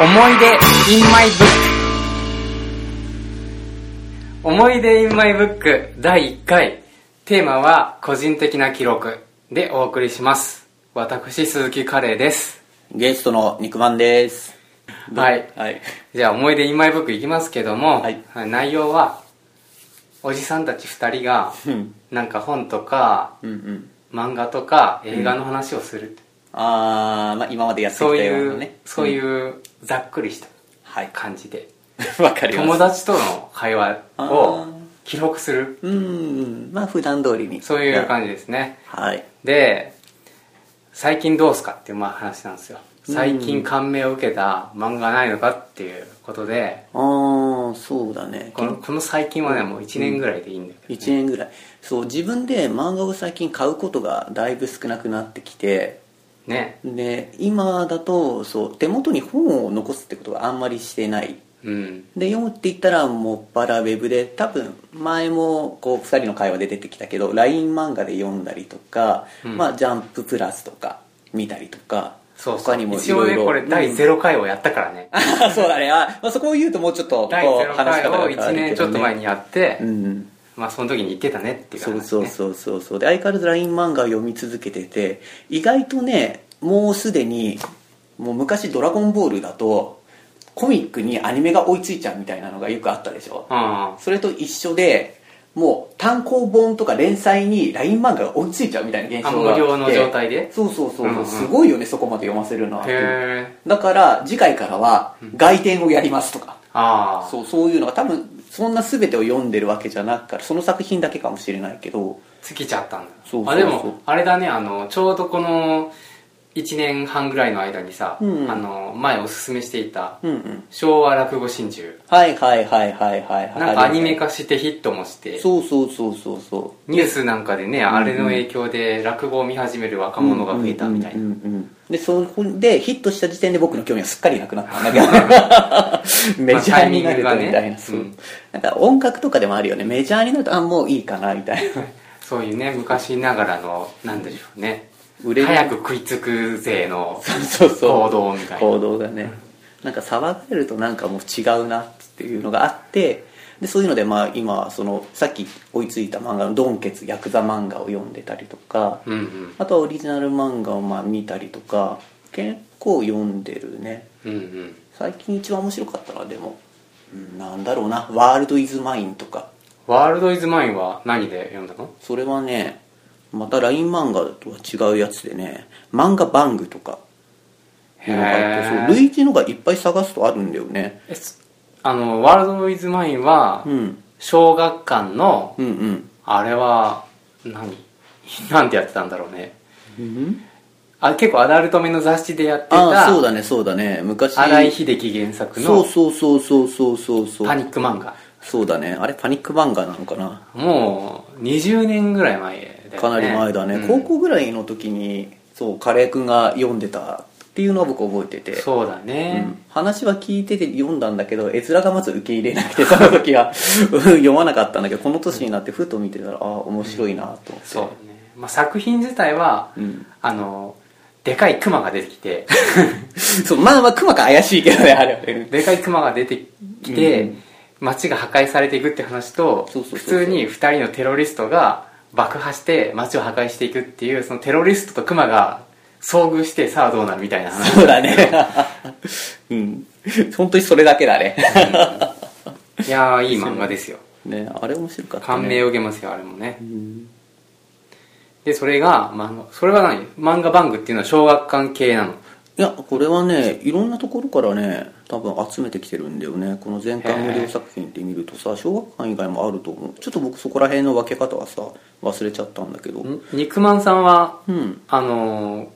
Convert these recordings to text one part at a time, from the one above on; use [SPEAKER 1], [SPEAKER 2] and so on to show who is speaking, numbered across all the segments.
[SPEAKER 1] 思い出 in my book 思い出 in my book 第1回テーマは個人的な記録でお送りします私鈴木カレーです
[SPEAKER 2] ゲストの肉まんです。どう
[SPEAKER 1] はい
[SPEAKER 2] はい。
[SPEAKER 1] じゃあ思い出 in my book いきますけども、
[SPEAKER 2] はい
[SPEAKER 1] 内容はおじさんたち2人が
[SPEAKER 2] うん。
[SPEAKER 1] なんか本とか
[SPEAKER 2] うんうん。
[SPEAKER 1] 漫画とか映画の話をする、
[SPEAKER 2] あー、まあ今までやってきた
[SPEAKER 1] そう
[SPEAKER 2] よ
[SPEAKER 1] いう
[SPEAKER 2] な
[SPEAKER 1] う、
[SPEAKER 2] ね。
[SPEAKER 1] そうい
[SPEAKER 2] うん。
[SPEAKER 1] うざっくりした
[SPEAKER 2] はい。
[SPEAKER 1] 感じで
[SPEAKER 2] わかります。
[SPEAKER 1] 友達との会話
[SPEAKER 2] あ
[SPEAKER 1] を
[SPEAKER 2] ー
[SPEAKER 1] 記録する
[SPEAKER 2] うんうん。まあ普段通りに。
[SPEAKER 1] そういう感じですね
[SPEAKER 2] はい。
[SPEAKER 1] で最近どうすかっていうまあ話なんですよ最近感銘を受けた漫画ないのかっていうことで
[SPEAKER 2] あー、そうだね。
[SPEAKER 1] このこの最近はねもう1年ぐらいでいいんだけど、
[SPEAKER 2] 1年ぐらい。そう、自分で漫画を最近買うことがだいぶ少なくなってきて、
[SPEAKER 1] ね
[SPEAKER 2] で、今だと、そう、手元に本を残すってことがあんまりしてない。
[SPEAKER 1] うん
[SPEAKER 2] で読むって言ったらもっぱらウェブで多分前もこう2人の会話で出てきたけど LINE 漫画で読んだりとか、
[SPEAKER 1] うん
[SPEAKER 2] まあ、ジャンププラスとか見たりとか
[SPEAKER 1] そうそ
[SPEAKER 2] 他
[SPEAKER 1] う
[SPEAKER 2] にもい
[SPEAKER 1] 一応
[SPEAKER 2] ろ
[SPEAKER 1] ね
[SPEAKER 2] いろ
[SPEAKER 1] これ第
[SPEAKER 2] うん
[SPEAKER 1] 0回をやったからね、
[SPEAKER 2] あ そうだねあ、まあ、そこを言うともうちょっとこう
[SPEAKER 1] 第0
[SPEAKER 2] 話し
[SPEAKER 1] 回
[SPEAKER 2] 方
[SPEAKER 1] を
[SPEAKER 2] が変わ
[SPEAKER 1] 1
[SPEAKER 2] るけど、ね、
[SPEAKER 1] 年ちょっと前にやって、
[SPEAKER 2] うんうん
[SPEAKER 1] まあその時に言ってたねっていう話、
[SPEAKER 2] そう
[SPEAKER 1] ね、
[SPEAKER 2] そうそうそうそうで相変わらず LINE 漫画を読み続けてて意外とねもうすでにもう昔「ドラゴンボール」だとコミックにアニメが追いついちゃうみたいなのがよくあったでしょ
[SPEAKER 1] うん
[SPEAKER 2] それと一緒でもう単行本とか連載に LINE 漫画が追いついちゃうみたいな現象があって
[SPEAKER 1] あ無料の状態で
[SPEAKER 2] そうそうそう、
[SPEAKER 1] うんうん
[SPEAKER 2] すごいよねそこまで読ませるのは
[SPEAKER 1] へえ
[SPEAKER 2] だから次回からは外伝をやりますとか、
[SPEAKER 1] ああ
[SPEAKER 2] そうそういうのが多分そんな全てを読んでるわけじゃなくからその作品だけかもしれないけど
[SPEAKER 1] 尽きちゃったんだ
[SPEAKER 2] そうそうそう
[SPEAKER 1] あでもあれだねあのちょうどこの1年半ぐらいの間にさ、
[SPEAKER 2] うん
[SPEAKER 1] あの前おすすめしていた
[SPEAKER 2] うんうん
[SPEAKER 1] 昭和落語真珠
[SPEAKER 2] はいはいはいはいはいはい
[SPEAKER 1] なんかアニメ化してヒットもして
[SPEAKER 2] そうそうそうそうそ
[SPEAKER 1] ニュースなんかでね、あれの影響で落語を見始める若
[SPEAKER 2] う
[SPEAKER 1] 者が増えたみたいな、
[SPEAKER 2] うんうんうんでそこでヒットした時点で僕の興味はすっかりなくなったんだけど メジャーになるとみ
[SPEAKER 1] まあタイミ
[SPEAKER 2] た
[SPEAKER 1] ングが
[SPEAKER 2] い
[SPEAKER 1] ね
[SPEAKER 2] な、そう
[SPEAKER 1] うん
[SPEAKER 2] なんか音楽とかでもあるよねメジャーになるとあもういいかなみたいな
[SPEAKER 1] そういうね昔ながらのなんでしょうね
[SPEAKER 2] 売れる
[SPEAKER 1] 早く食いつく勢の
[SPEAKER 2] そうそう
[SPEAKER 1] 行動みたいな
[SPEAKER 2] 行動がねなんか騒がれるとなんかもう違うなっていうのがあってでそういうのでまあ今そのさっき追いついた漫画の「ドンケツヤクザ漫画」を読んでたりとか、
[SPEAKER 1] うんうん
[SPEAKER 2] あとはオリジナル漫画をまあ見たりとか結構読んでるね
[SPEAKER 1] うんうん
[SPEAKER 2] 最近一番面白かったのはでも、うん、なんだろうな「ワールド・イズ・マイン」とか
[SPEAKER 1] ワールドイズマインは何で読んだの
[SPEAKER 2] それはねまた LINE 漫画とは違うやつでね漫画バングとか
[SPEAKER 1] へ
[SPEAKER 2] なんか
[SPEAKER 1] ー
[SPEAKER 2] そう類似のがいっぱい探すとあるんだよね
[SPEAKER 1] えすあのワールド・イズ・マインは、
[SPEAKER 2] うん
[SPEAKER 1] 小学館の
[SPEAKER 2] うんうん
[SPEAKER 1] あれは何 なんてやってたんだろうね
[SPEAKER 2] うん
[SPEAKER 1] あ結構アダルト目の雑誌でやって
[SPEAKER 2] ああそう
[SPEAKER 1] た
[SPEAKER 2] だねそうだね昔
[SPEAKER 1] 新井秀樹原作
[SPEAKER 2] そ
[SPEAKER 1] の
[SPEAKER 2] うそうそうそうそうそうそ
[SPEAKER 1] パ
[SPEAKER 2] う
[SPEAKER 1] ニック漫画
[SPEAKER 2] そうだねあれパニック漫画なのかな
[SPEAKER 1] もう20年ぐらい前だよね
[SPEAKER 2] かなり前だね、
[SPEAKER 1] うん
[SPEAKER 2] 高校ぐらいの時にそうカレー君が読んでたっていうのは僕覚えてて
[SPEAKER 1] そうだ
[SPEAKER 2] う
[SPEAKER 1] ね、
[SPEAKER 2] ん話は聞いてて読んだんだけど絵面がまず受け入れなくてその時はうん読まなかったんだけどこの年になってふと見てたらああ面白いなと思って
[SPEAKER 1] そうだね、まあ、作品自体は、
[SPEAKER 2] うん
[SPEAKER 1] あのでかいクマが出てきて
[SPEAKER 2] そうまあまあクマか怪しいけどねあれはね
[SPEAKER 1] でかいクマが出てきて、
[SPEAKER 2] うん
[SPEAKER 1] 街が破壊されていくって話と
[SPEAKER 2] そうそうそう
[SPEAKER 1] 普
[SPEAKER 2] そう
[SPEAKER 1] 通に2人のテロリストが爆破して街を破壊していくっていうそのテロリストとクマが遭遇してさあどうなるみたいな話
[SPEAKER 2] そうだねうん本当にそれだけだね
[SPEAKER 1] いやーいい漫画ですよ
[SPEAKER 2] ねあれ面白かった、ね、
[SPEAKER 1] 感銘を受けますよあれもね、でそれが漫画それが何漫画番組っていうのは小学館系なの
[SPEAKER 2] いやこれはねいろんなところからね多分集めてきてるんだよねこの全巻無料作品って見るとさ小学館以外もあると思うちょっと僕そこら辺の分け方はさ忘れちゃったんだけど
[SPEAKER 1] ん肉まんさんは
[SPEAKER 2] うん
[SPEAKER 1] あのー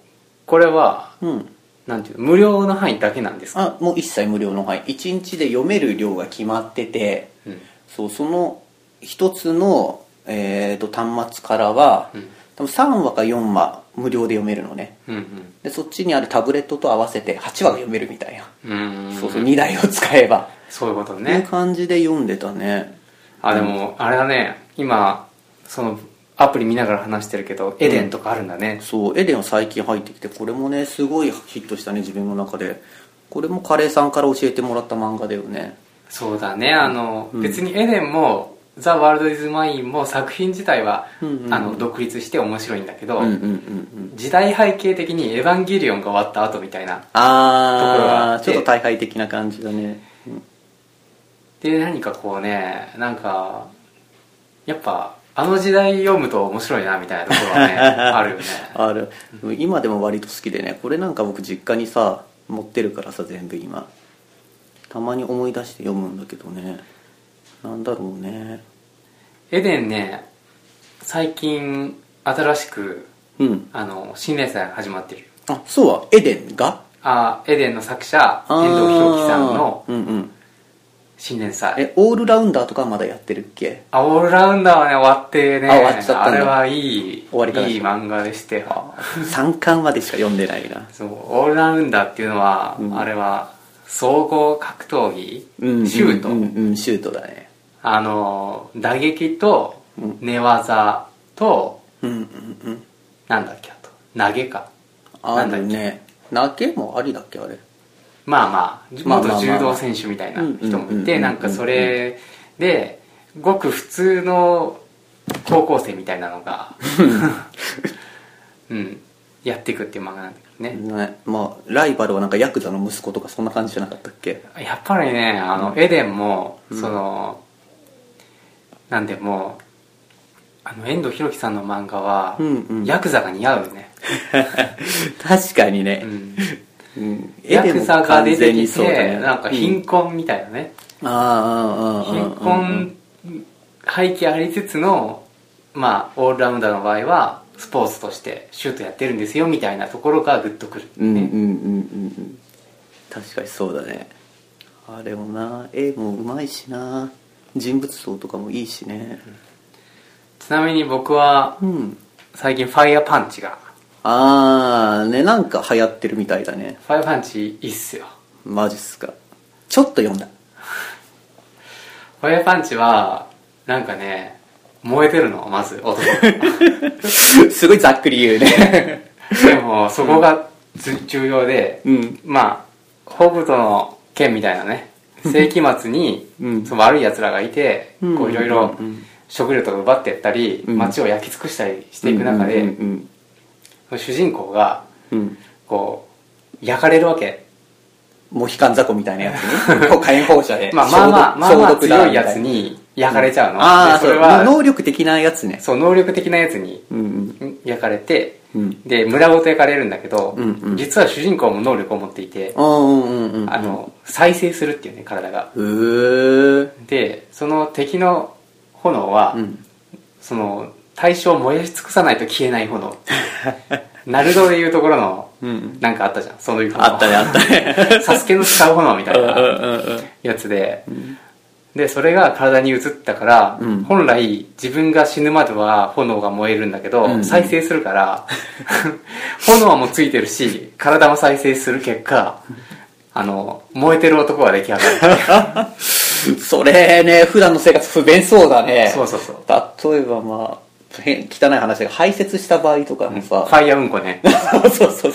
[SPEAKER 1] これは
[SPEAKER 2] うん
[SPEAKER 1] なんていうの無料の範囲だけなんですか
[SPEAKER 2] あもう一切無料の範囲1日で読める量が決まってて
[SPEAKER 1] うん
[SPEAKER 2] そうその一つの、えー、と端末からは、多分3話か4話無料で読めるのね
[SPEAKER 1] うん
[SPEAKER 2] でそっちにあるタブレットと合わせて8話が読めるみたいな、
[SPEAKER 1] うんうん
[SPEAKER 2] そうそう2台を使えば
[SPEAKER 1] そういうこと
[SPEAKER 2] っていう
[SPEAKER 1] ね
[SPEAKER 2] 感じで読んでたね
[SPEAKER 1] あでもあれだね今そのアプリ見ながら話してるけどエデンとかあるんだね
[SPEAKER 2] そうエデンは最近入ってきてこれもねすごいヒットしたね自分の中でこれもカレーさんから教えてもらった漫画だよね
[SPEAKER 1] そうだねあの、
[SPEAKER 2] うん
[SPEAKER 1] 別にエデンも「ザ・ワールド・イズ・マイン」も作品自体は、
[SPEAKER 2] うんうんうん
[SPEAKER 1] あの独立して面白いんだけど、
[SPEAKER 2] うんうんうんうん
[SPEAKER 1] 時代背景的に「エヴァンゲリオン」が終わった後みたいなところがあ
[SPEAKER 2] あ
[SPEAKER 1] っ
[SPEAKER 2] あ
[SPEAKER 1] て
[SPEAKER 2] ちょっと大敗的な感じだね、うん
[SPEAKER 1] で何かこうねなんかやっぱあの時代読むと面白いなみたいなところは ねあるよね
[SPEAKER 2] ある今でも割と好きでねこれなんか僕実家にさ持ってるからさ全部今たまに思い出して読むんだけどねなんだろうね
[SPEAKER 1] エデンね最近新しく
[SPEAKER 2] うん
[SPEAKER 1] あの新連載が始まってる
[SPEAKER 2] あそうはエデンが
[SPEAKER 1] あエデンの作者
[SPEAKER 2] あー
[SPEAKER 1] 遠藤ひ樹さんの
[SPEAKER 2] うんうん
[SPEAKER 1] 新連載
[SPEAKER 2] えオールラウンダーとかまだやってるっけ
[SPEAKER 1] あオールラウンダーはね終わってね
[SPEAKER 2] あ終わっちゃったんだ
[SPEAKER 1] あれはいい
[SPEAKER 2] 終わり方で
[SPEAKER 1] い
[SPEAKER 2] し
[SPEAKER 1] い
[SPEAKER 2] ょ
[SPEAKER 1] 漫画でして
[SPEAKER 2] 3巻までしか読んでないな
[SPEAKER 1] そうオールラウンダーっていうのは、
[SPEAKER 2] うん
[SPEAKER 1] あれは総合格闘技、シュート、
[SPEAKER 2] うんうんうんシュートだね
[SPEAKER 1] あの打撃と
[SPEAKER 2] うん
[SPEAKER 1] 寝技と、
[SPEAKER 2] うんうんうん
[SPEAKER 1] なんだっけあと投げか
[SPEAKER 2] あるね泣けもありだっけあれ
[SPEAKER 1] まあまあ
[SPEAKER 2] まあまあま
[SPEAKER 1] 元
[SPEAKER 2] あ
[SPEAKER 1] 柔道選手みたいな人もいて
[SPEAKER 2] うんうんうんうんうん
[SPEAKER 1] なんかそれでごく普通の高校生みたいなのがうんやっていくっていう漫画なんだけどね、
[SPEAKER 2] ねまあライバルはなんかヤクザの息子とかそんな感じじゃなかったっけ
[SPEAKER 1] やっぱりねあのエデンも、そのなんでもあの遠藤弘樹さんの漫画は、
[SPEAKER 2] うんうん
[SPEAKER 1] ヤクザが似合うよね、
[SPEAKER 2] 確かにね
[SPEAKER 1] う、ん
[SPEAKER 2] うん、
[SPEAKER 1] ヤクザが出てきて、なんか
[SPEAKER 2] 貧
[SPEAKER 1] 貧困みたいなね、
[SPEAKER 2] ああああああ
[SPEAKER 1] 貧困背景ありつつのまあオールラウンダーの場合はスポーツとしてシュートやってるんですよみたいなところがグッとくる、
[SPEAKER 2] うんうんうん
[SPEAKER 1] ね
[SPEAKER 2] うんうん確かにそうだねあれもな絵もうまいしな人物像とかもいいしね
[SPEAKER 1] ちなみに僕は
[SPEAKER 2] うん
[SPEAKER 1] 最近ファイヤーパンチが
[SPEAKER 2] ああねなんか流行ってるみたいだね
[SPEAKER 1] ファイヤーパンチいいっすよ
[SPEAKER 2] マジっすかちょっと読んだ
[SPEAKER 1] ファイヤーパンチはなんかね燃えてるのまず 男
[SPEAKER 2] すごいざっくり言う ね
[SPEAKER 1] でもそこがず重要で、
[SPEAKER 2] うん
[SPEAKER 1] まあ北斗の剣みたいな ね世紀末に、
[SPEAKER 2] うん
[SPEAKER 1] その悪い奴らがいて、
[SPEAKER 2] うん
[SPEAKER 1] こういろいろ食料とか奪っていったり、
[SPEAKER 2] うん
[SPEAKER 1] 街を焼き尽くしたりしていく中で、
[SPEAKER 2] うんうん
[SPEAKER 1] 主人公が
[SPEAKER 2] うんうん
[SPEAKER 1] こう焼かれるわけ、
[SPEAKER 2] モヒカン雑魚みたいなやつ にこう火炎放射で
[SPEAKER 1] まあ、まあまあまあまあ
[SPEAKER 2] だ
[SPEAKER 1] 強いやつ
[SPEAKER 2] み
[SPEAKER 1] に焼かれちゃう
[SPEAKER 2] たい
[SPEAKER 1] の、
[SPEAKER 2] なああ
[SPEAKER 1] で
[SPEAKER 2] そ
[SPEAKER 1] それ
[SPEAKER 2] れは
[SPEAKER 1] は
[SPEAKER 2] 能力的なやつね
[SPEAKER 1] そう能力的なやつに
[SPEAKER 2] うんうん
[SPEAKER 1] 焼かれて、
[SPEAKER 2] うん
[SPEAKER 1] で村ごと焼かれるんだけど、
[SPEAKER 2] うんうん
[SPEAKER 1] 実は主人公も能力を持っていて、
[SPEAKER 2] うんうんうんうん
[SPEAKER 1] あの再生するっていうね体が
[SPEAKER 2] へー
[SPEAKER 1] でその敵の炎は、
[SPEAKER 2] うん
[SPEAKER 1] その対象を燃やし尽くさないと消えない 炎ナルドでいうところの、
[SPEAKER 2] ん
[SPEAKER 1] なんかあったじゃんそういう
[SPEAKER 2] あったねあったね
[SPEAKER 1] ね サスケの使う炎みたいな
[SPEAKER 2] う
[SPEAKER 1] やつで、でそれが体に移ったから、
[SPEAKER 2] うん
[SPEAKER 1] 本来自分が死ぬまでは炎が燃えるんだけど、
[SPEAKER 2] うん
[SPEAKER 1] 再生するから 炎もついてるし体も再生する結果あの燃えてる男が出来上がる
[SPEAKER 2] んそれね普段の生活不便 そうだね
[SPEAKER 1] そうそうそう
[SPEAKER 2] 例えばまあ変汚い話が排泄した場合とかも
[SPEAKER 1] フ
[SPEAKER 2] さ、
[SPEAKER 1] ァイヤーうんこね
[SPEAKER 2] そうそうそう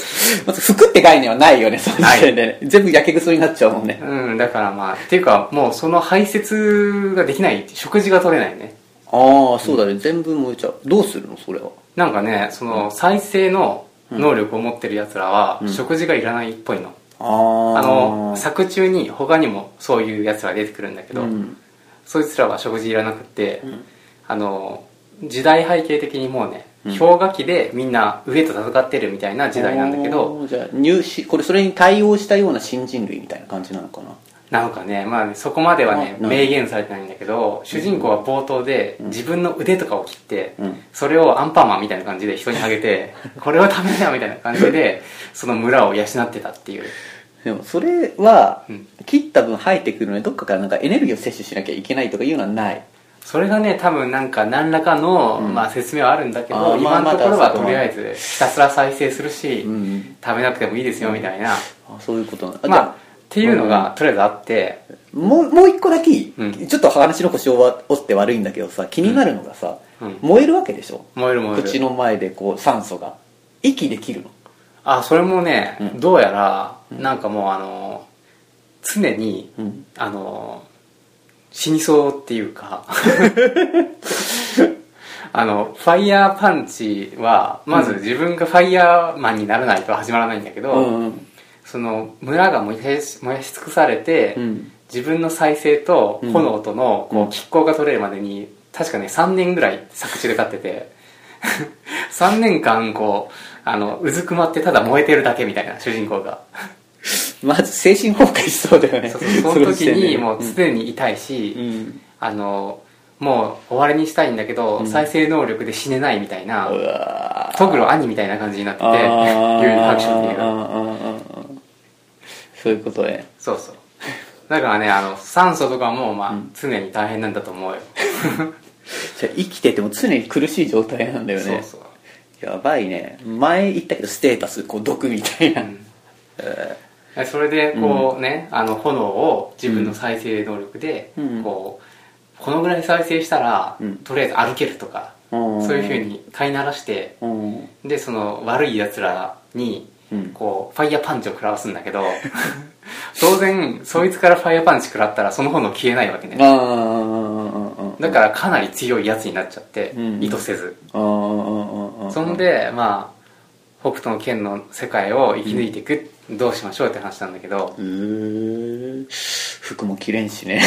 [SPEAKER 2] まず服って概念はないよねその時点でね全部やけくそになっちゃうもんね
[SPEAKER 1] うんだからまあっていうかもうその排泄ができない食事が取れないね
[SPEAKER 2] ああそうだね、全部燃えちゃうどうするのそれは
[SPEAKER 1] なんかねその再生の能力を持ってるやつらは、食事がいらないっぽいの、
[SPEAKER 2] ああ
[SPEAKER 1] あの作中に他にもそういうやつら出てくるんだけど、
[SPEAKER 2] うん
[SPEAKER 1] そいつらは食事いらなくって、あの時代背景的にもうね、氷河期でみんな上と戦ってるみたいな時代なんだけど
[SPEAKER 2] あーじゃあ入試これそれに対応したような新人類みたいな感じなのかな
[SPEAKER 1] なのかね、まあね、そこまではね
[SPEAKER 2] あ
[SPEAKER 1] 明言されてないんだけど主人公は冒頭で自分の腕とかを切って、
[SPEAKER 2] うん
[SPEAKER 1] それをアンパンマンみたいな感じで人にあげ てこれを食べなよみたいな感じでその村を養ってたっていう
[SPEAKER 2] でもそれは
[SPEAKER 1] うん
[SPEAKER 2] 切った分生えてくるのにどっかからなんかエネルギーを摂取しなきゃいけないとかいうのはない
[SPEAKER 1] それがね多分なんか何らかの、
[SPEAKER 2] うん
[SPEAKER 1] まあ、説明はあるんだけど
[SPEAKER 2] あーま
[SPEAKER 1] 今
[SPEAKER 2] あ
[SPEAKER 1] のところは
[SPEAKER 2] またそこ
[SPEAKER 1] と
[SPEAKER 2] は
[SPEAKER 1] りあえずひたすら再生するし、
[SPEAKER 2] ん
[SPEAKER 1] 食べなくてもいいですよみたいな、
[SPEAKER 2] あそういうことなのあじ
[SPEAKER 1] まあ
[SPEAKER 2] ゃ
[SPEAKER 1] っていうのがとりあえずあって、
[SPEAKER 2] あもうもう一個だけいい、
[SPEAKER 1] うん
[SPEAKER 2] ちょっと話の腰をわ折って悪いんだけどさ気になるのがさ、
[SPEAKER 1] うん
[SPEAKER 2] 燃えるわけでしょ
[SPEAKER 1] 燃える燃える
[SPEAKER 2] 口の前でこう酸素が息できるの
[SPEAKER 1] あそれもね、
[SPEAKER 2] うん
[SPEAKER 1] どうやら、なんかもうあの常に、
[SPEAKER 2] うん
[SPEAKER 1] あの死にそうっていう かあのファイヤーパンチはまず自分がファイヤーマンにならないと始まらないんだけど、
[SPEAKER 2] うん
[SPEAKER 1] その村が燃やし燃やし尽くされて、
[SPEAKER 2] うん
[SPEAKER 1] 自分の再生と炎とのこ
[SPEAKER 2] うん
[SPEAKER 1] う拮抗が取れるまでに確かね3年ぐらい作中で勝ってて 3年間こうあのうずくまってただ燃えてるだけみたいな主人公が
[SPEAKER 2] まず精神崩壊し そうだよね
[SPEAKER 1] そうそうその時にもう
[SPEAKER 2] つ
[SPEAKER 1] 常に痛いし、
[SPEAKER 2] うん
[SPEAKER 1] あのもう終わりにしたいんだけど、再生能力で死ねないみたいな
[SPEAKER 2] うわー
[SPEAKER 1] トグロ兄みたいな感じになってて
[SPEAKER 2] あーあ
[SPEAKER 1] ユーリハクションっていう
[SPEAKER 2] ー
[SPEAKER 1] のは
[SPEAKER 2] あーあーそういうことね
[SPEAKER 1] そうそうだからねあの酸素とかもまあ、
[SPEAKER 2] うん
[SPEAKER 1] 常に大変なんだと思うよ、
[SPEAKER 2] じゃあ生きてても常に苦しい状態なんだよ
[SPEAKER 1] そ
[SPEAKER 2] ね
[SPEAKER 1] うそう
[SPEAKER 2] やばいね前言ったけどステータスこう毒みたいな、
[SPEAKER 1] んでそれでこうね、あの炎を自分の再生能力で
[SPEAKER 2] うん
[SPEAKER 1] こう、このぐらい再生したら、
[SPEAKER 2] うん
[SPEAKER 1] とりあえず歩けるとか、
[SPEAKER 2] そ
[SPEAKER 1] そういうふうに飼いならして
[SPEAKER 2] うん
[SPEAKER 1] でその悪いやつらに
[SPEAKER 2] うん
[SPEAKER 1] こうファイヤーパンチを食らわすんだけど 当然そいつからファイヤーパンチ食らったらその炎消えないわけ
[SPEAKER 2] あ
[SPEAKER 1] ね
[SPEAKER 2] ああ
[SPEAKER 1] だからかなり強いやつになっちゃって、
[SPEAKER 2] うん
[SPEAKER 1] 意図せず
[SPEAKER 2] あああ
[SPEAKER 1] そんでまあ北斗の剣の世界を生き抜いていく、どうしましょうって話なんだけど
[SPEAKER 2] うー服も着れんしね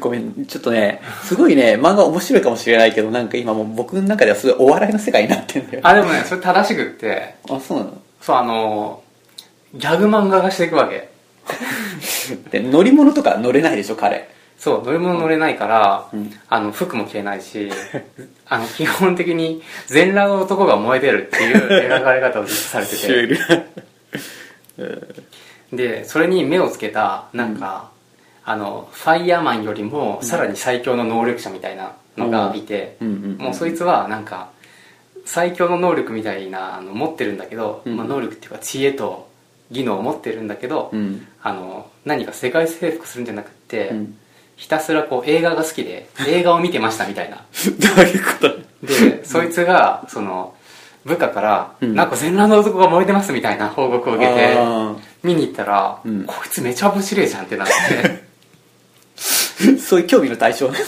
[SPEAKER 2] ごめんちょっとねすごいね漫画面白いかもしれないけどなんか今もう僕の中ではすごいお笑いの世界になってんだよ
[SPEAKER 1] あでもねそれ正しくって
[SPEAKER 2] あそうなの
[SPEAKER 1] そうあのギャグ漫画化していくわけ
[SPEAKER 2] で乗り物とか乗れないでしょ彼
[SPEAKER 1] そう乗り物乗れないから、
[SPEAKER 2] うん
[SPEAKER 1] あの服も着れないしあの基本的に全裸の男が燃えてるっていう描かれ方をずっとされ てて
[SPEAKER 2] ル
[SPEAKER 1] でそれに目をつけたなんか、あのファイヤーマンよりもさらに最強の能力者みたいなのがいて、
[SPEAKER 2] うんうんうん
[SPEAKER 1] もうそいつはなんか最強の能力みたいなあの持ってるんだけど、
[SPEAKER 2] うん
[SPEAKER 1] まあ、能力っていうか知恵と技能を持ってるんだけど、
[SPEAKER 2] うん
[SPEAKER 1] あの何か世界征服するんじゃなくて、
[SPEAKER 2] うん
[SPEAKER 1] ひたすらこう映画が好きで 映画を見てましたみたいな
[SPEAKER 2] どういうこと
[SPEAKER 1] でそいつがその部下から、
[SPEAKER 2] うん
[SPEAKER 1] なんか全裸の男が燃えてますみたいな 報告を受けて
[SPEAKER 2] あ
[SPEAKER 1] 見に行ったら、
[SPEAKER 2] うん
[SPEAKER 1] こいつめちゃ面白いじゃんってなって
[SPEAKER 2] ー そういう興味の対象なんだ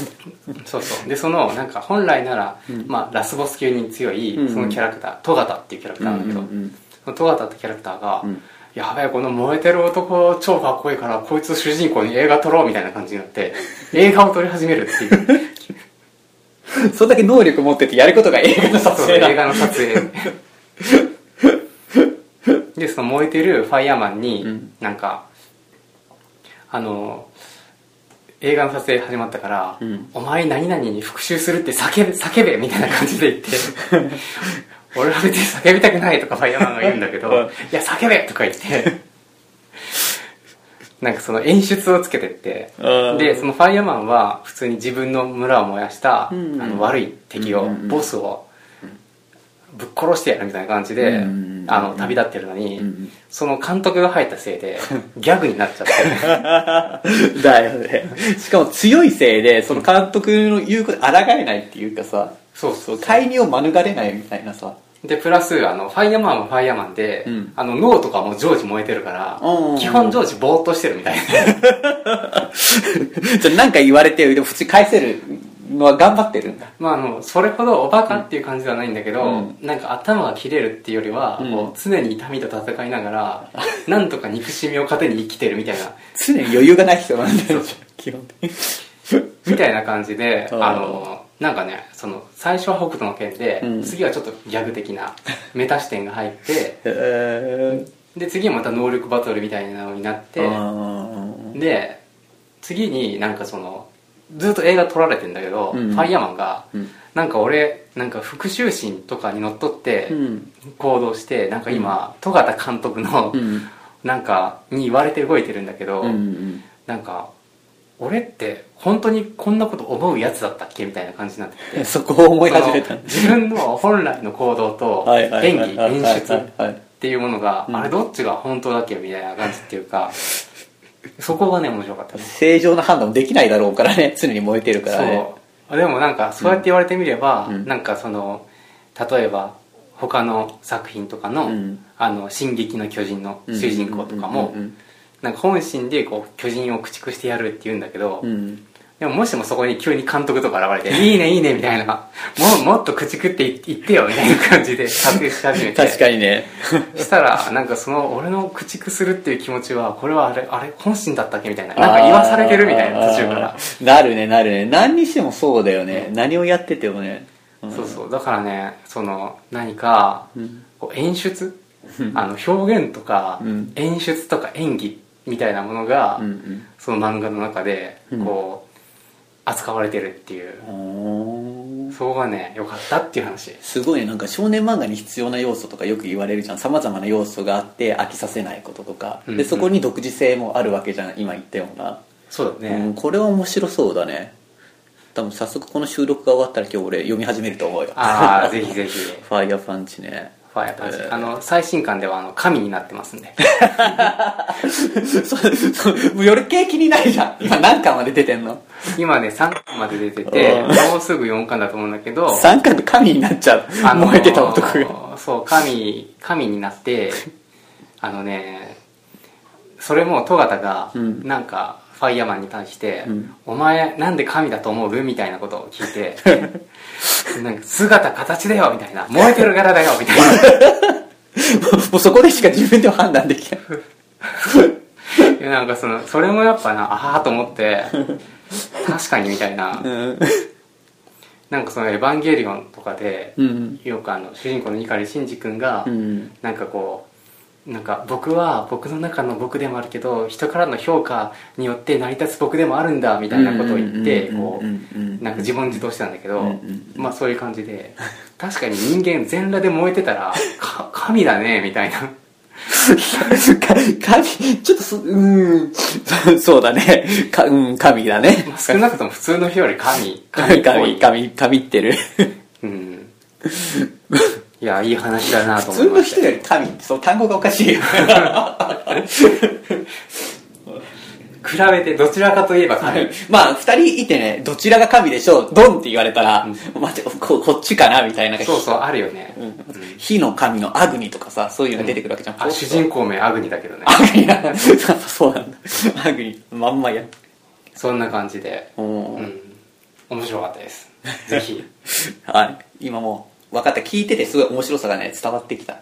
[SPEAKER 1] そうそうでそのなんか本来なら、まあ、ラスボス級に強い
[SPEAKER 2] うん
[SPEAKER 1] そのキャラクター、トガタっていうキャラクターなんだけど、
[SPEAKER 2] うんうんうん
[SPEAKER 1] そのトガタってキャラクターが、
[SPEAKER 2] ん
[SPEAKER 1] やべえこの燃えてる男超かっこいいからこいつ主人公に映画撮ろうみたいな感じになって映画を撮り始めるっていう
[SPEAKER 2] そんだけ能力持っててやることが映画の撮
[SPEAKER 1] そう
[SPEAKER 2] 影だ
[SPEAKER 1] 映画の撮影 でその燃えてるファイヤーマンに、
[SPEAKER 2] うん
[SPEAKER 1] なんかあの映画の撮影始まったから、
[SPEAKER 2] うん
[SPEAKER 1] お前何々に復讐するって叫べ叫べみたいな感じで言って 俺は別に叫びたくないとかファイヤーマンが言うんだけど
[SPEAKER 2] うん
[SPEAKER 1] いや叫べとか言って なんかその演出をつけてって
[SPEAKER 2] うん
[SPEAKER 1] でそのファイヤーマンは普通に自分の村を燃やした、
[SPEAKER 2] うん
[SPEAKER 1] あの悪い敵を、
[SPEAKER 2] うんうん
[SPEAKER 1] ボスをぶっ殺してやるみたいな感じで、
[SPEAKER 2] うん
[SPEAKER 1] あの旅立ってるのに、
[SPEAKER 2] ん
[SPEAKER 1] その監督が入ったせい でギャグになっちゃって
[SPEAKER 2] だよね。しかも強いせいで、その監督の言うこと、抗えないっていうかさ、
[SPEAKER 1] そう
[SPEAKER 2] そう、介入を免れないみたいなさ。
[SPEAKER 1] でプラスあのファイヤーマンはファイヤーマンで、
[SPEAKER 2] うん
[SPEAKER 1] あの脳とかも常時燃えてるから、
[SPEAKER 2] うん
[SPEAKER 1] 基本常時ぼーっとしてるみたいな
[SPEAKER 2] じゃあなんか言われて、でも普通に返せるのは頑張ってるんだ。
[SPEAKER 1] まああのそれほどおバカっていう感じではないんだけど、
[SPEAKER 2] うん
[SPEAKER 1] なんか頭が切れるっていうよりは、
[SPEAKER 2] うん
[SPEAKER 1] こう常に痛みと戦いながら なんとか憎しみを糧に生きてるみたいな
[SPEAKER 2] 常に余裕がない人なんだよ、基本的に。
[SPEAKER 1] みたいな感じで、
[SPEAKER 2] あー
[SPEAKER 1] あの、なんかね、その、最初は北斗の剣で、
[SPEAKER 2] うん
[SPEAKER 1] 次はちょっとギャグ的な、メタ視点が入って、
[SPEAKER 2] へ
[SPEAKER 1] で、次はまた能力バトルみたいなのになって、
[SPEAKER 2] ー
[SPEAKER 1] で、次になんかその、ずっと映画撮られてんだけど、
[SPEAKER 2] うん
[SPEAKER 1] ファイヤーマンが、
[SPEAKER 2] うん
[SPEAKER 1] なんか俺、なんか復讐心とかにのっとって
[SPEAKER 2] うん
[SPEAKER 1] 行動して、なんか今、戸方監督の、
[SPEAKER 2] うん
[SPEAKER 1] なんか、に言われて動いてるんだけど、
[SPEAKER 2] うん
[SPEAKER 1] なんか、俺って本当にこんなこと思うやつだったっけみたいな感じになってて
[SPEAKER 2] うん。 そこを思い始め
[SPEAKER 1] そ
[SPEAKER 2] た
[SPEAKER 1] の
[SPEAKER 2] んだ。
[SPEAKER 1] 自分の本来の行動と
[SPEAKER 2] はいはい
[SPEAKER 1] 演
[SPEAKER 2] はいは
[SPEAKER 1] 技
[SPEAKER 2] い
[SPEAKER 1] 演
[SPEAKER 2] はい
[SPEAKER 1] 出っていうものが
[SPEAKER 2] うん
[SPEAKER 1] あれどっちが本当だっけみたいな感じっていうかそこがね面白かったです
[SPEAKER 2] 正常な判断もできないだろうからね、 常に燃えてるからね。
[SPEAKER 1] そうでもなんかそうやって言われてみれば
[SPEAKER 2] うん
[SPEAKER 1] なんかその例えば他の作品とかの「
[SPEAKER 2] うん
[SPEAKER 1] あの進撃の巨人」の主人公とかも
[SPEAKER 2] うん
[SPEAKER 1] なんか本心でこう巨人を駆逐してやるって言うんだけど、
[SPEAKER 2] うんうん
[SPEAKER 1] でももしもそこに急に監督とか現れて「いい ねいいね」みたいな「もうもっと駆逐ってい言ってよ」みたいな感じで撮影し始めて
[SPEAKER 2] 確かにね
[SPEAKER 1] したらなんかその俺の駆逐するっていう気持ちはこれはあれあれ本心だったっけみ たいななんか言わされてるみたいな途中から
[SPEAKER 2] あーなるねなるね何にしてもそうだよね、何をやっててもね、うん
[SPEAKER 1] そうそうだからねその何か
[SPEAKER 2] ん
[SPEAKER 1] こう演出あの表現とか
[SPEAKER 2] うん
[SPEAKER 1] 演出とか演技みたいなものが
[SPEAKER 2] うん
[SPEAKER 1] その漫画の中で
[SPEAKER 2] うん
[SPEAKER 1] こう扱われてるっていう
[SPEAKER 2] うんおー
[SPEAKER 1] そこがね良かったっていう話
[SPEAKER 2] すごいねなんか少年漫画に必要な要素とかよく言われるじゃんさまざまな要素があって飽きさせないこととか、
[SPEAKER 1] うんう
[SPEAKER 2] で
[SPEAKER 1] ん
[SPEAKER 2] そこに独自性もあるわけじゃん今言ったような、
[SPEAKER 1] そうだ
[SPEAKER 2] うん、
[SPEAKER 1] ね
[SPEAKER 2] これは面白そうだね多分早速この収録が終わったら今日俺読み始めると思うよ
[SPEAKER 1] ああぜひぜひ
[SPEAKER 2] ファイヤーパンチね
[SPEAKER 1] ファイアパンチ
[SPEAKER 2] えー
[SPEAKER 1] あの最新刊ではあの神になってますんで
[SPEAKER 2] そそもう夜系気にないじゃん今何巻まで出てんの
[SPEAKER 1] 今ね3巻まで出てて
[SPEAKER 2] う
[SPEAKER 1] もうすぐ4巻だと思うんだけど
[SPEAKER 2] 三巻で神になっちゃう、
[SPEAKER 1] あのー
[SPEAKER 2] 燃えてた男が
[SPEAKER 1] そう神神になってあのねそれも戸方が
[SPEAKER 2] うん
[SPEAKER 1] なんかファイヤーマンに対して「
[SPEAKER 2] うん
[SPEAKER 1] お前なんで神だと思う?」みたいなことを聞い て「なんか姿形だよ」みたいな「燃えてる柄だよ」みたい
[SPEAKER 2] もうそこでしか自分では判断できない
[SPEAKER 1] ないやなんかそのそれもやっぱなああと思 って確かにみたいな
[SPEAKER 2] うん
[SPEAKER 1] なんかその「エヴァンゲリオン」とかで
[SPEAKER 2] うん
[SPEAKER 1] よくあの主人公の碇シンジ君が、
[SPEAKER 2] うん
[SPEAKER 1] なんかこうなんか僕は僕の中の僕でもあるけど人からの評価によって成り立つ僕でもあるんだみたいなことを言って
[SPEAKER 2] うんうん
[SPEAKER 1] こ
[SPEAKER 2] うんうんうん
[SPEAKER 1] うなんか自問自答してたんだけど、
[SPEAKER 2] うんうん
[SPEAKER 1] まあそういう感じで確かに人間全裸で燃えてたらか神だねみたいな
[SPEAKER 2] か神ちょっとそうんそそうだねか、うん、神だね
[SPEAKER 1] 少なくとも普通の人より神神っぽい
[SPEAKER 2] 神神神ってる
[SPEAKER 1] うん、いやいい話だなと思
[SPEAKER 2] 普通
[SPEAKER 1] いま
[SPEAKER 2] の
[SPEAKER 1] した
[SPEAKER 2] 人より神ってその単語がおかし いよ
[SPEAKER 1] 比べてどちらかといえば神
[SPEAKER 2] まあ二人いてねどちらが神でしょうドンって言われたら、待ってここっちかなみたいな
[SPEAKER 1] そうそうあるよね、
[SPEAKER 2] うん火の神のアグニとかさそういうの出てくるわけじゃん、
[SPEAKER 1] あ主人公名アグニだけどね
[SPEAKER 2] アグニ なんだそうなんだアグニまんまや
[SPEAKER 1] そんな感じで
[SPEAKER 2] おー
[SPEAKER 1] うん面白かった ですぜひ
[SPEAKER 2] はい今もう分かった聞いててすごい面白さがね伝わってきた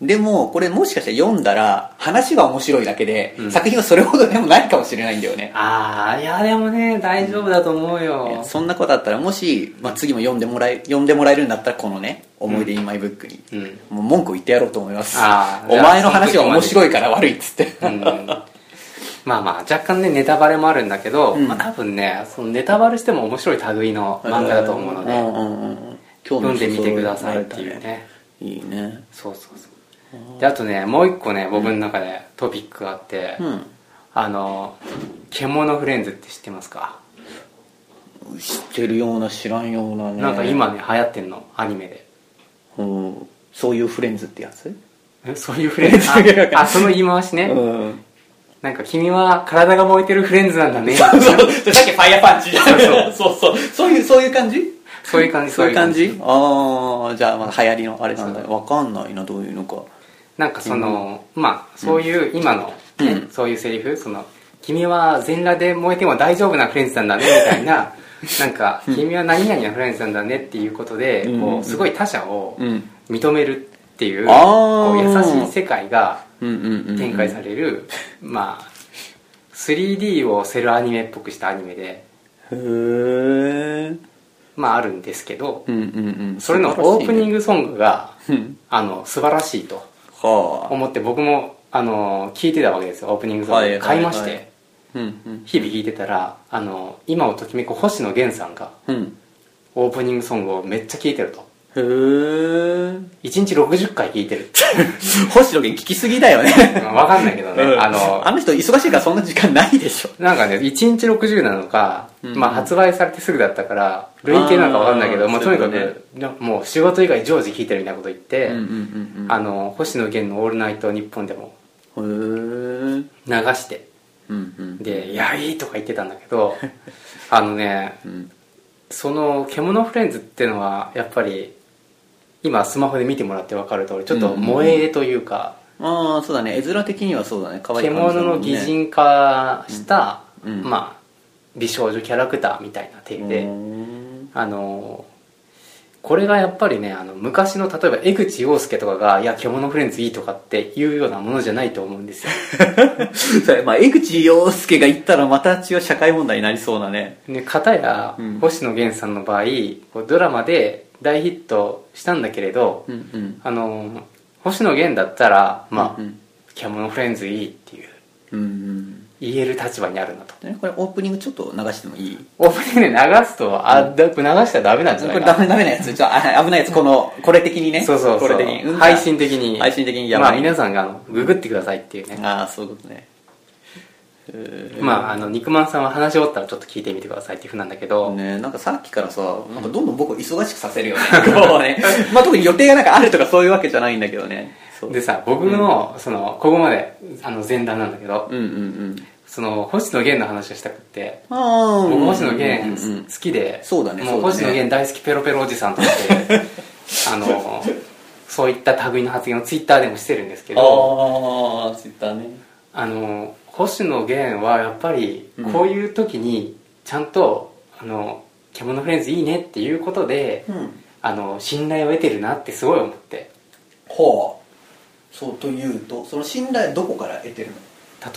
[SPEAKER 2] でもこれもしかして読んだら話が面白いだけで、
[SPEAKER 1] うん
[SPEAKER 2] 作品はそれほどでもないかもしれないんだよね
[SPEAKER 1] ああいやでもね大丈夫だと思う
[SPEAKER 2] いや
[SPEAKER 1] よ
[SPEAKER 2] そんなことだったらもし、まあ、次も読んでもらえ読んでもらえるんだったらこのね「思い出インマイブックに」
[SPEAKER 1] うん
[SPEAKER 2] もう文句を言ってやろうと思います
[SPEAKER 1] あー
[SPEAKER 2] お前の話は面白いから悪いっつって、
[SPEAKER 1] うんまあまあ若干ねネタバレもあるんだけど、
[SPEAKER 2] ん
[SPEAKER 1] まあ、多分ねそのネタバレしても面白い類の漫画だと思うので、
[SPEAKER 2] んうんうん、興
[SPEAKER 1] 読ん
[SPEAKER 2] 味
[SPEAKER 1] で
[SPEAKER 2] そそられたね
[SPEAKER 1] みてくださいっていうね
[SPEAKER 2] いいね
[SPEAKER 1] そうそうそうであとねもう一個ね僕の中でトピックがあって、
[SPEAKER 2] うん
[SPEAKER 1] あの「獣フレンズ」って知ってますか、
[SPEAKER 2] 知ってるような知らんようなね
[SPEAKER 1] なんか今ね流行ってんのアニメで
[SPEAKER 2] うんそういうフレンズってやつ
[SPEAKER 1] えそういうフレンズああその言い回しね、
[SPEAKER 2] うん
[SPEAKER 1] なんか君は体が燃えてるフレンズなんだね。
[SPEAKER 2] そうそうさっきファイヤーパンチ
[SPEAKER 1] そ
[SPEAKER 2] そうそうそういうそういう感じ
[SPEAKER 1] そういう感じ、
[SPEAKER 2] そういう感
[SPEAKER 1] そういう
[SPEAKER 2] じああじゃあまあ流行りのあれなんだ
[SPEAKER 1] そ
[SPEAKER 2] わかんないなどういうのか
[SPEAKER 1] なんかその、まあ、そういう、今の、ね
[SPEAKER 2] うん
[SPEAKER 1] そういうセリフ、その、君は全裸で燃えても大丈夫なフレンズなんだね、みたい な、なんか、君は何々なフレンズなんだねっていうことで、
[SPEAKER 2] うん
[SPEAKER 1] こう、すごい他者を
[SPEAKER 2] うん
[SPEAKER 1] 認めるっていう、
[SPEAKER 2] あー
[SPEAKER 1] こう優しい世界が
[SPEAKER 2] うんうんうん
[SPEAKER 1] 展開される、 まあ、3D をセルアニメっぽくしたアニメで、
[SPEAKER 2] へえ
[SPEAKER 1] まあ、あるんですけど、
[SPEAKER 2] うんうんうん
[SPEAKER 1] それのオープニン
[SPEAKER 2] グ
[SPEAKER 1] グソングが、
[SPEAKER 2] うん
[SPEAKER 1] あの素晴らしいと
[SPEAKER 2] は
[SPEAKER 1] 思って僕もあの聞いてたわけですよオープニングソン
[SPEAKER 2] はいはい
[SPEAKER 1] グ
[SPEAKER 2] はい
[SPEAKER 1] 買いまして、
[SPEAKER 2] あうんうん
[SPEAKER 1] 日々聞いてたらあの今をときめく星野源さんが
[SPEAKER 2] うん
[SPEAKER 1] オープニングソングをめっちゃ聞いてると
[SPEAKER 2] へえ
[SPEAKER 1] 1日60回聞いてるって
[SPEAKER 2] 星野源聞きすぎだよね
[SPEAKER 1] まあわかんないけどね、
[SPEAKER 2] うん
[SPEAKER 1] あの
[SPEAKER 2] あの人忙しいからそんな時間ないでしょ
[SPEAKER 1] なんかね1日60なのか、
[SPEAKER 2] うん
[SPEAKER 1] まあ、発売されてすぐだったから累計なのかわかんないけど
[SPEAKER 2] あー
[SPEAKER 1] まあ、とにかく、
[SPEAKER 2] そういうこ
[SPEAKER 1] なもう仕事以外常時聞いてるみたいなこと言って、
[SPEAKER 2] ん
[SPEAKER 1] あの星野源の「オールナイトニッポン」でも
[SPEAKER 2] うんうんへえ
[SPEAKER 1] 流して
[SPEAKER 2] うんうん
[SPEAKER 1] で「いやいい」とか言ってたんだけ どあのね
[SPEAKER 2] うん
[SPEAKER 1] その「獣フレンズ」っていうのはやっぱり今スマホで見てもらって分かる通りちょっと
[SPEAKER 2] うん
[SPEAKER 1] 萌えというか、
[SPEAKER 2] ああそうだね絵面的にはそうだね可愛い感じだ
[SPEAKER 1] 獣
[SPEAKER 2] も
[SPEAKER 1] の
[SPEAKER 2] んね
[SPEAKER 1] 擬人化した、
[SPEAKER 2] うんうん
[SPEAKER 1] まあ美少女キャラクターみたいな体で、
[SPEAKER 2] うーん
[SPEAKER 1] あのこれがやっぱりねあの昔の例えば江口洋介とかが「いや獣フレンズいい」とかっていうようなものじゃないと思うん ですよ、
[SPEAKER 2] それまあ江口洋介が言ったらまた違う社会問題になりそうだね
[SPEAKER 1] ね、片や
[SPEAKER 2] うん
[SPEAKER 1] 星野源さんの場合こうドラマで大ヒットしたんだけれど、
[SPEAKER 2] うんうん
[SPEAKER 1] あの星野源だったらまあ、
[SPEAKER 2] うん
[SPEAKER 1] 獣フレンズいいっていう
[SPEAKER 2] うんうん
[SPEAKER 1] 言える立場にあるなと
[SPEAKER 2] ねこれオープニングちょっと流してもいい
[SPEAKER 1] オープニングで流すとあ、だ流したらダメなんじゃな
[SPEAKER 2] こ
[SPEAKER 1] い
[SPEAKER 2] れ
[SPEAKER 1] か
[SPEAKER 2] ダメダメなやつちょっとあ危ないやつこのこれ的にね
[SPEAKER 1] そうそうそ
[SPEAKER 2] こ
[SPEAKER 1] う
[SPEAKER 2] れ的に、うん
[SPEAKER 1] 配信的に
[SPEAKER 2] 配信的にやばい
[SPEAKER 1] まあ皆さんがあのググってくださいっていうね、
[SPEAKER 2] ああそういうことねえー
[SPEAKER 1] まああの肉まんさんは話し終わったらちょっと聞いてみてくださいっていうふうなんだけど、
[SPEAKER 2] ね、なんかさっきからさなんかどんどん僕を忙しくさせるよね こうね、 まあ、特に予定がなんかあるとかそういうわけじゃないんだけどねそう
[SPEAKER 1] でさ僕のそのここまであの前段なんだけど、
[SPEAKER 2] うんうんうん
[SPEAKER 1] その星野源の話をしたくって
[SPEAKER 2] ああ
[SPEAKER 1] 僕星野
[SPEAKER 2] うんうんう
[SPEAKER 1] 源
[SPEAKER 2] ん
[SPEAKER 1] 好きで
[SPEAKER 2] そうだね
[SPEAKER 1] もう
[SPEAKER 2] そうだね
[SPEAKER 1] 星野源大好きペロペロおじさんとして あのそういった類の発言をツイッターでもしてるんですけど
[SPEAKER 2] ああツイッターね
[SPEAKER 1] あの星野源はやっぱりこういう時にちゃんと「あの獣フレンズいいね」っていうことで、
[SPEAKER 2] うん
[SPEAKER 1] あの信頼を得てるなってすごい思って
[SPEAKER 2] はあそうというとその信頼どこから得てるの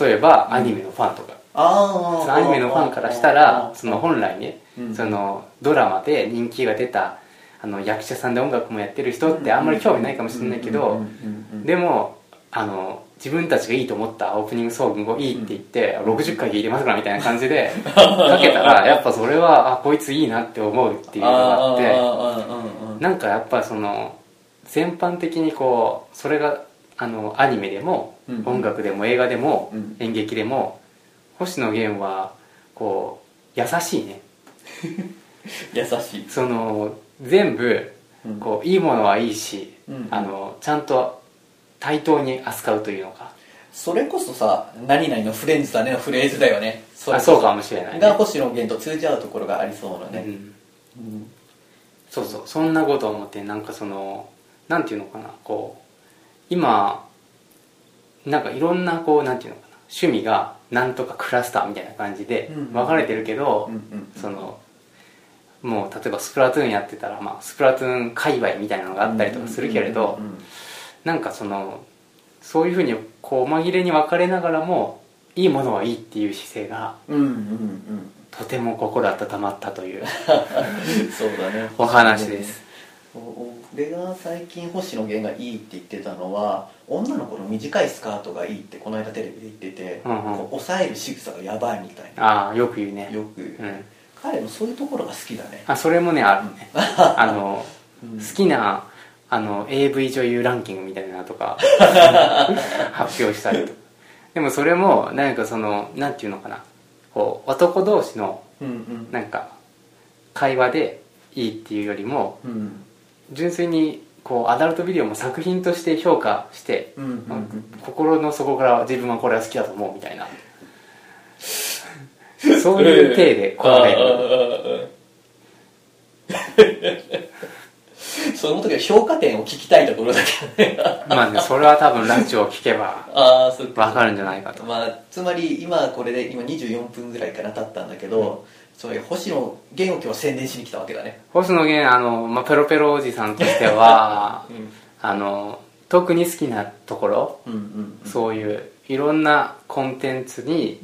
[SPEAKER 1] 例えばアニメのファンとか、
[SPEAKER 2] あ
[SPEAKER 1] そのアニメのファンからしたらその本来ね、
[SPEAKER 2] うん
[SPEAKER 1] そのドラマで人気が出たあの役者さんで音楽もやってる人ってあんまり興味ないかもしれないけど
[SPEAKER 2] で
[SPEAKER 1] でもあの自分たちがいいと思ったオープニングソングをいいって言って、60回聴いてますからみたいな感じでかけたらやっぱそれはあこいついいなって思うっていうのがあって
[SPEAKER 2] あ
[SPEAKER 1] なんかやっぱその全般的にこうそれがあのアニメでも、
[SPEAKER 2] うん
[SPEAKER 1] 音楽でも映画でも、
[SPEAKER 2] うん
[SPEAKER 1] 演劇でも星野源はこう優しいね
[SPEAKER 2] 優しい
[SPEAKER 1] その全部
[SPEAKER 2] うん
[SPEAKER 1] こういいものはいいし、
[SPEAKER 2] うん
[SPEAKER 1] あのちゃんと対等に扱うというのか、
[SPEAKER 2] それこそさ何々のフレンズだねのフレーズだよねそれ
[SPEAKER 1] あ
[SPEAKER 2] こそ
[SPEAKER 1] そうかもしれない、ね
[SPEAKER 2] が星野源と通じ合うところがありそうな
[SPEAKER 1] う
[SPEAKER 2] ね、
[SPEAKER 1] ん、
[SPEAKER 2] うん
[SPEAKER 1] そうそうそんなこと思ってなんかそのなんていうのかなこう今なんかいろんなこうなんていうのかな趣味がなんとかクラスターみたいな感じで
[SPEAKER 2] うん
[SPEAKER 1] 分かれてるけど、
[SPEAKER 2] うん
[SPEAKER 1] そのもう例えばスプラトゥーンやってたら、まあ、スプラトゥーン界隈みたいなのがあったりとかするけれど、
[SPEAKER 2] うんうんうん
[SPEAKER 1] なんかそのそういうふうにこう紛れに分かれながらもいいものはいいっていう姿勢が
[SPEAKER 2] うんうん
[SPEAKER 1] とても心温まったと いう
[SPEAKER 2] うんそうだね
[SPEAKER 1] お話です。
[SPEAKER 2] 俺が最近星野源がいいって言ってたのは女の子の短いスカートがいいってこの間テレビで言ってて、
[SPEAKER 1] うんうん
[SPEAKER 2] こう抑える仕草がやばいみたい
[SPEAKER 1] ああよく言うね
[SPEAKER 2] なよく、
[SPEAKER 1] うん
[SPEAKER 2] 彼のそういうところが好きだね
[SPEAKER 1] あそれもねある ねあの、
[SPEAKER 2] うん
[SPEAKER 1] 好きなあの AV 女優ランキングみたいなのと か発表したりとかでもそれもなんかそのなんていうのかなこう男同士の
[SPEAKER 2] うんうん
[SPEAKER 1] なんか会話でいいっていうよりも
[SPEAKER 2] うん
[SPEAKER 1] 純粋にこうアダルトビデオも作品として評価して、
[SPEAKER 2] うんうんうん
[SPEAKER 1] 心の底から自分はこれは好きだと思うみたいなそういう体でこ の辺に
[SPEAKER 2] その時は評価点を聞きたいところだけどね
[SPEAKER 1] まあねそれは多分ラジオを聞けば
[SPEAKER 2] ああそっ
[SPEAKER 1] わかるんじゃないかと
[SPEAKER 2] まあ、つまり今これで今24分ぐらいかな経ったんだけど、そういう星野源を今日宣伝しに来たわけだね
[SPEAKER 1] 星野源あの、まあ、ペロペロおじさんとして はあの特に好きなところ
[SPEAKER 2] うんうんう
[SPEAKER 1] そういういろんなコンテンツに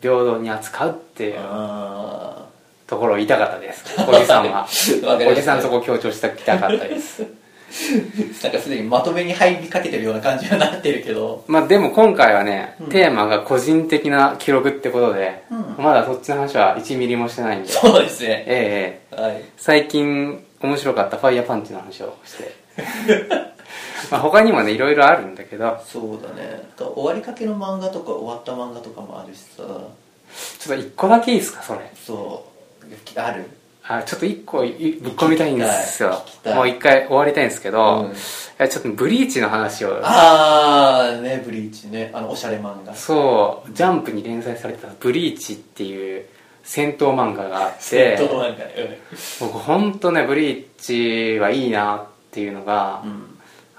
[SPEAKER 1] 平等に扱うっていう
[SPEAKER 2] あ
[SPEAKER 1] ところを言いたかったですおじさんは
[SPEAKER 2] わかりました
[SPEAKER 1] おじさんそこを強調したきたかったです
[SPEAKER 2] ーなんかすでにまとめに入りかけてるような感じになってるけど
[SPEAKER 1] まあでも今回はね、
[SPEAKER 2] うん
[SPEAKER 1] テーマが個人的な記録ってことで、
[SPEAKER 2] う
[SPEAKER 1] まだそっちの話は1ミリもしてないんで
[SPEAKER 2] そうですね
[SPEAKER 1] ええええ
[SPEAKER 2] はい
[SPEAKER 1] 最近面白かったファイヤーパンチの話をして まあ他にもねいろいろあるんだけど
[SPEAKER 2] そうだねだから終わりかけの漫画とか終わった漫画とかもあるしさ
[SPEAKER 1] ちょっと一個だけいいですかそれ
[SPEAKER 2] そうある
[SPEAKER 1] あちょっと一個いぶっ込みたいんですよ
[SPEAKER 2] 聞きたい
[SPEAKER 1] もう一回終わりたいんですけど、
[SPEAKER 2] うん
[SPEAKER 1] いやちょっとブリーチの話を
[SPEAKER 2] ああねブリーチねあのおしゃれ漫画
[SPEAKER 1] そうジャンプに連載されてた「ブリーチ」っていう戦闘漫画があって
[SPEAKER 2] どうなんかね
[SPEAKER 1] 僕本当ねブリーチはいいなっっていうのが、
[SPEAKER 2] うん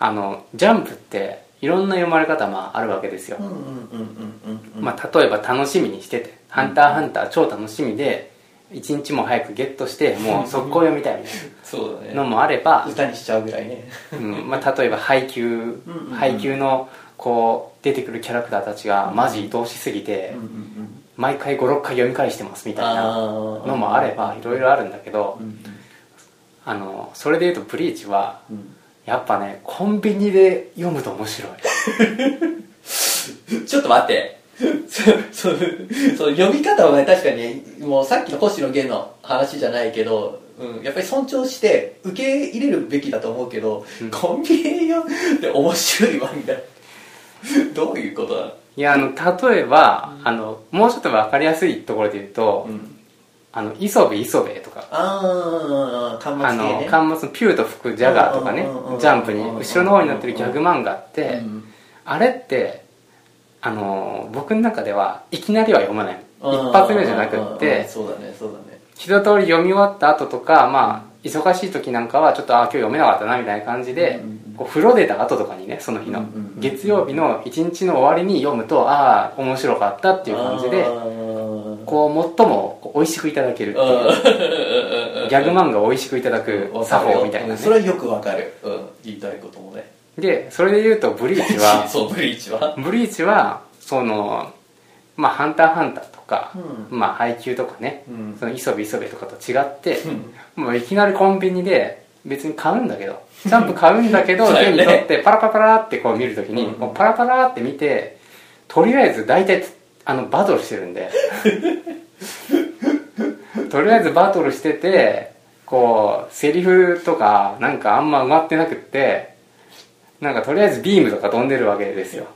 [SPEAKER 1] あのジャンプっていろんな読まれ方まああるわけですよ、
[SPEAKER 2] うんうんうんうんうん
[SPEAKER 1] まあ、例えば楽しみにしてて「ハンターハンター」超楽しみで一日も早くゲット してもう速攻読みたいみたい
[SPEAKER 2] そうだね
[SPEAKER 1] なのもあれば、
[SPEAKER 2] 歌にしちゃうぐらいね
[SPEAKER 1] うんまあ、例えば配給
[SPEAKER 2] うんうんうん
[SPEAKER 1] 配給のこう出てくるキャラクターたちがマジ愛おしすぎて
[SPEAKER 2] ん
[SPEAKER 1] 毎回56回読み返してますみたいなの
[SPEAKER 2] の
[SPEAKER 1] もあればいろいろあるんだけど
[SPEAKER 2] うん
[SPEAKER 1] あのそれでいうと「ブリーチ」は
[SPEAKER 2] うん
[SPEAKER 1] やっぱねコンビニで読むと面 白い
[SPEAKER 2] ちょっと待って。そそそう読み方はね確かにもうさっきの星野源の話じゃないけど、うん、やっぱり尊重して受け入れるべきだと思うけど、
[SPEAKER 1] うん
[SPEAKER 2] コンビニよって面白いわみたいなどういうことだ、
[SPEAKER 1] いやあの例えばあのもうちょっと分かりやすいところで言うと
[SPEAKER 2] うん、
[SPEAKER 1] 「あの磯部磯部」とか
[SPEAKER 2] ああ看
[SPEAKER 1] あ
[SPEAKER 2] 板系
[SPEAKER 1] の
[SPEAKER 2] ね
[SPEAKER 1] 巻末の「ピューと吹くジャガー」とかね
[SPEAKER 2] うんうんうんうん
[SPEAKER 1] ジャンプに後ろの方になってるギャグ漫画って、
[SPEAKER 2] うん
[SPEAKER 1] あれってあのー僕の中ではいきなりは読まない一発目じゃなくっ
[SPEAKER 2] うんうん
[SPEAKER 1] て
[SPEAKER 2] そうだねそうだね
[SPEAKER 1] 一通り読み終わった後とかまあ忙しい時なんかはちょっとあ今日読めなかったなみたいな感じで、
[SPEAKER 2] うんうんうん
[SPEAKER 1] こう風呂出た後とかにねその日の、
[SPEAKER 2] うんうんうん
[SPEAKER 1] 月曜日の一日の終わりに読むとああ面白かったっていう感じで
[SPEAKER 2] あー
[SPEAKER 1] こう最もこう美味しくいただけるって
[SPEAKER 2] うん
[SPEAKER 1] いう
[SPEAKER 2] うん
[SPEAKER 1] ギャグ漫画を美味しくいただく
[SPEAKER 2] わか
[SPEAKER 1] 作
[SPEAKER 2] るよ
[SPEAKER 1] 法みたいな
[SPEAKER 2] うん
[SPEAKER 1] ね
[SPEAKER 2] それはよくわかる、うん、言いたいこともね
[SPEAKER 1] でそれで言うとブリーチは
[SPEAKER 2] そうブリーチは
[SPEAKER 1] ブリーチはそのまあ「ハンターハンター」とか、
[SPEAKER 2] う
[SPEAKER 1] まあ配給とかね、
[SPEAKER 2] うん
[SPEAKER 1] その磯部磯部とかと違って、
[SPEAKER 2] ん
[SPEAKER 1] もういきなりコンビニで別に買うんだけどジャンプ買うんだけど
[SPEAKER 2] そうだ
[SPEAKER 1] 手
[SPEAKER 2] よ
[SPEAKER 1] に
[SPEAKER 2] ね
[SPEAKER 1] 取ってパラパラパラってこう見るときに、
[SPEAKER 2] うん
[SPEAKER 1] こうパラパラって見てとりあえず大体あのバトルしてるん でとりあえずバトルしててこうセリフとかなんかあんま埋まってなくってなんかとりあえずビームとか飛んでるわけですよ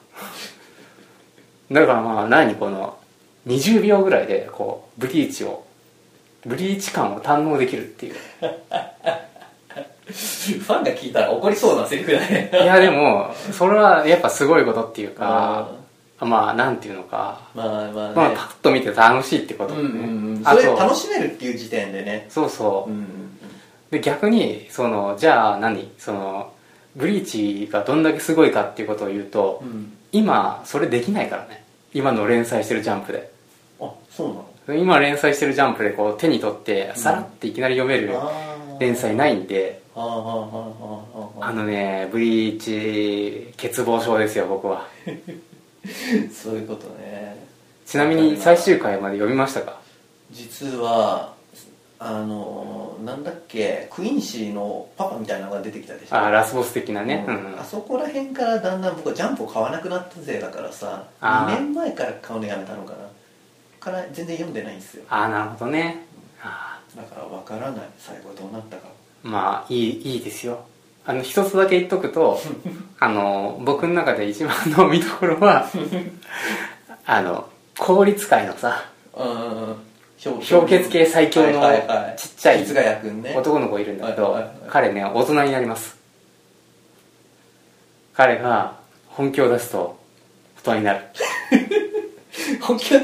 [SPEAKER 1] だからまあ何この20秒ぐらいでこうブリーチをブリーチ感を堪能できるっていう
[SPEAKER 2] ファンが聞いたら怒りそうなセリフだね。
[SPEAKER 1] いやでもそれはやっぱすごいことっていうかまあなんていうのか、
[SPEAKER 2] まあまあね。
[SPEAKER 1] まあパッと見て楽しいってこと
[SPEAKER 2] う
[SPEAKER 1] ね、
[SPEAKER 2] んうんうん。
[SPEAKER 1] あ
[SPEAKER 2] そ
[SPEAKER 1] と
[SPEAKER 2] れ楽しめるっていう時点でね。
[SPEAKER 1] そうそううん
[SPEAKER 2] うん
[SPEAKER 1] で逆にそのじゃあ何そのブリーチがどんだけすごいかっていうことを言うと、
[SPEAKER 2] うん。
[SPEAKER 1] 今それできないからね今の連載してるジャンプで
[SPEAKER 2] あ、そうなの
[SPEAKER 1] 今連載してるジャンプでこう手に取ってさらっていきなり読める
[SPEAKER 2] あー
[SPEAKER 1] 連載ないんで、
[SPEAKER 2] あーあーあーあーあ
[SPEAKER 1] あのねブリーチ欠乏症ですよ僕は
[SPEAKER 2] ーそういうことね。
[SPEAKER 1] ちなみに最終回まで読みましたか
[SPEAKER 2] 実は、あのー、なんだっけ、クインシーのパパみたいなのが出てきたでしょ。
[SPEAKER 1] あーラスボス的なね、
[SPEAKER 2] う
[SPEAKER 1] うんんうん
[SPEAKER 2] あそこら辺からだんだん僕はジャンプを買わなくなった勢だからさ
[SPEAKER 1] あ
[SPEAKER 2] 2
[SPEAKER 1] ー
[SPEAKER 2] 年前から買うのやめたのかなから全然読んでないんですよ
[SPEAKER 1] ああなるほどねあ
[SPEAKER 2] だから分からない最後どうなったか
[SPEAKER 1] ーまあいいいいですよあの一つだけ言っとく とあの僕の中で一番の見どころ はあの効率界のさ
[SPEAKER 2] うん氷
[SPEAKER 1] 氷結系最強の
[SPEAKER 2] はいはいはい
[SPEAKER 1] ちっちゃい
[SPEAKER 2] キツガヤ君ね
[SPEAKER 1] 男の子いるんだけど、
[SPEAKER 2] はいはいはい
[SPEAKER 1] 彼ね大人になります彼が本気を出すと大人になる
[SPEAKER 2] 本気の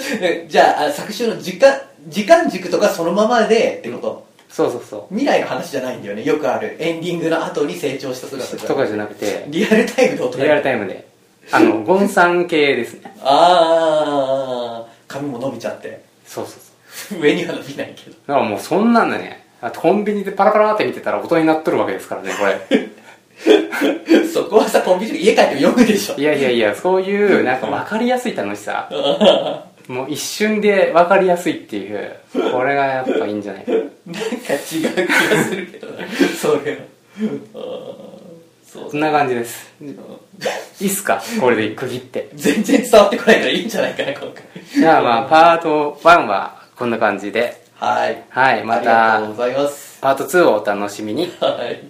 [SPEAKER 2] じゃああ作詞の時間時間軸とかそのままでってこと、
[SPEAKER 1] そうそう そ
[SPEAKER 2] 未来の話じゃないんだよねよくあるエンディングの後に成長した
[SPEAKER 1] う
[SPEAKER 2] 姿と
[SPEAKER 1] と
[SPEAKER 2] か
[SPEAKER 1] かじゃなくて
[SPEAKER 2] リアルタイ ムで大人
[SPEAKER 1] リアルタイムであ のゴンさん系ですね
[SPEAKER 2] ああ髪も伸びちゃって
[SPEAKER 1] そうそうそう
[SPEAKER 2] 上には伸びないけど
[SPEAKER 1] だからもうそんなんだねあとコンビニでパラパラって見てたら大人になっとるわけですからねこ れ
[SPEAKER 2] そこはさコンビニで家帰っても読むでしょ
[SPEAKER 1] いやいやいやそういうなんか分かりやすい楽し さもう一瞬で分かりやすいっていうこれがやっぱいいんじ ゃないか
[SPEAKER 2] なんか違う気がするけどな それはあーそう
[SPEAKER 1] そんな感じ ですいいっすかこれで区切って
[SPEAKER 2] 全然伝わってこないからいいんじゃないかな今回
[SPEAKER 1] じゃあまあパート1はこんな感じで
[SPEAKER 2] はい
[SPEAKER 1] はいま
[SPEAKER 2] ありがと
[SPEAKER 1] た
[SPEAKER 2] うございます
[SPEAKER 1] パート2をお楽しみに
[SPEAKER 2] はい